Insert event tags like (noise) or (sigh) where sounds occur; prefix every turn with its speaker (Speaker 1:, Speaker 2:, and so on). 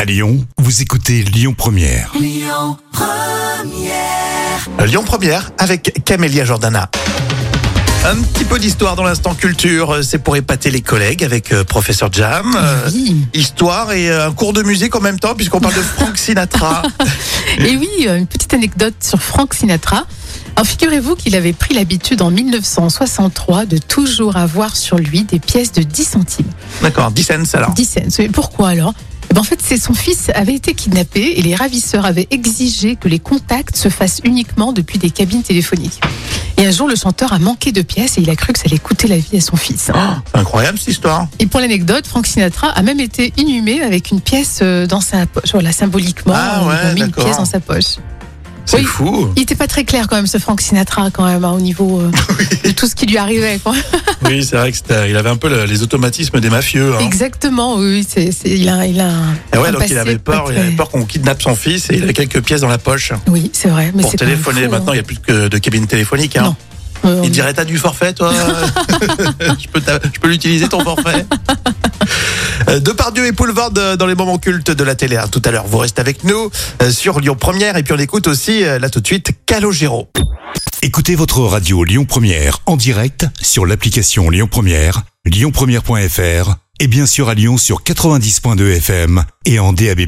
Speaker 1: À Lyon, vous écoutez Lyon Première.
Speaker 2: Lyon Première avec Camélia Jordana. Un petit peu d'histoire dans l'instant culture, euh, c'est pour épater les collègues avec euh, professeur Jam. Euh,
Speaker 3: Oui.
Speaker 2: Histoire et euh, un cours de musique en même temps puisqu'on parle de (laughs) Frank Sinatra.
Speaker 3: Et oui, euh, une petite anecdote sur Frank Sinatra. Alors figurez-vous qu'il avait pris l'habitude en 1963 de toujours avoir sur lui des pièces de 10 centimes.
Speaker 2: D'accord, 10 cents alors.
Speaker 3: 10 cents. Mais pourquoi alors Eh ben, En fait, c'est son fils avait été kidnappé et les ravisseurs avaient exigé que les contacts se fassent uniquement depuis des cabines téléphoniques. Et un jour, le chanteur a manqué de pièces et il a cru que ça allait coûter la vie à son fils.
Speaker 2: Incroyable cette histoire.
Speaker 3: Et pour l'anecdote, Frank Sinatra a même été inhumé avec une pièce euh, dans sa poche. Voilà, symboliquement,
Speaker 2: Ah
Speaker 3: on lui a
Speaker 2: ouais,
Speaker 3: mis une
Speaker 2: d'accord.
Speaker 3: pièce dans sa poche.
Speaker 2: C'est
Speaker 3: Oui.
Speaker 2: fou.
Speaker 3: Il n'était pas très clair quand même ce Frank Sinatra quand même hein, au
Speaker 2: (laughs)
Speaker 3: niveau euh, de tout ce qui lui arrivait. quoi.
Speaker 2: Oui, c'est vrai que c'était- il avait un peu le- les automatismes des mafieux. hein.
Speaker 3: Exactement, oui, c'est, c'est- il a, il a un-
Speaker 2: Ah ouais,
Speaker 3: un
Speaker 2: donc
Speaker 3: passé
Speaker 2: il avait
Speaker 3: pas
Speaker 2: peur, il
Speaker 3: très-
Speaker 2: avait peur qu'on kidnappe son fils et il a quelques pièces dans la poche
Speaker 3: Oui, c'est vrai. Mais
Speaker 2: pour
Speaker 3: c'est quand même
Speaker 2: téléphoner.
Speaker 3: fou,
Speaker 2: Maintenant, il n'y a plus que de cabine téléphonique. hein.
Speaker 3: Non. hein. Euh,
Speaker 2: Il dirait t'as du forfait (laughs) toi je, peux t'a- je peux l'utiliser ton forfait (laughs) Euh, Depardieu et Poulevard euh, dans les moments cultes de la télé. À tout à l'heure, vous restez avec nous euh, sur Lyon Première et puis on écoute aussi euh, là tout de suite Calogero.
Speaker 1: Écoutez votre radio Lyon Première en direct sur l'application Lyon Première, lyonpremière.fr et bien sûr à Lyon sur 90.2 FM et en DAB+.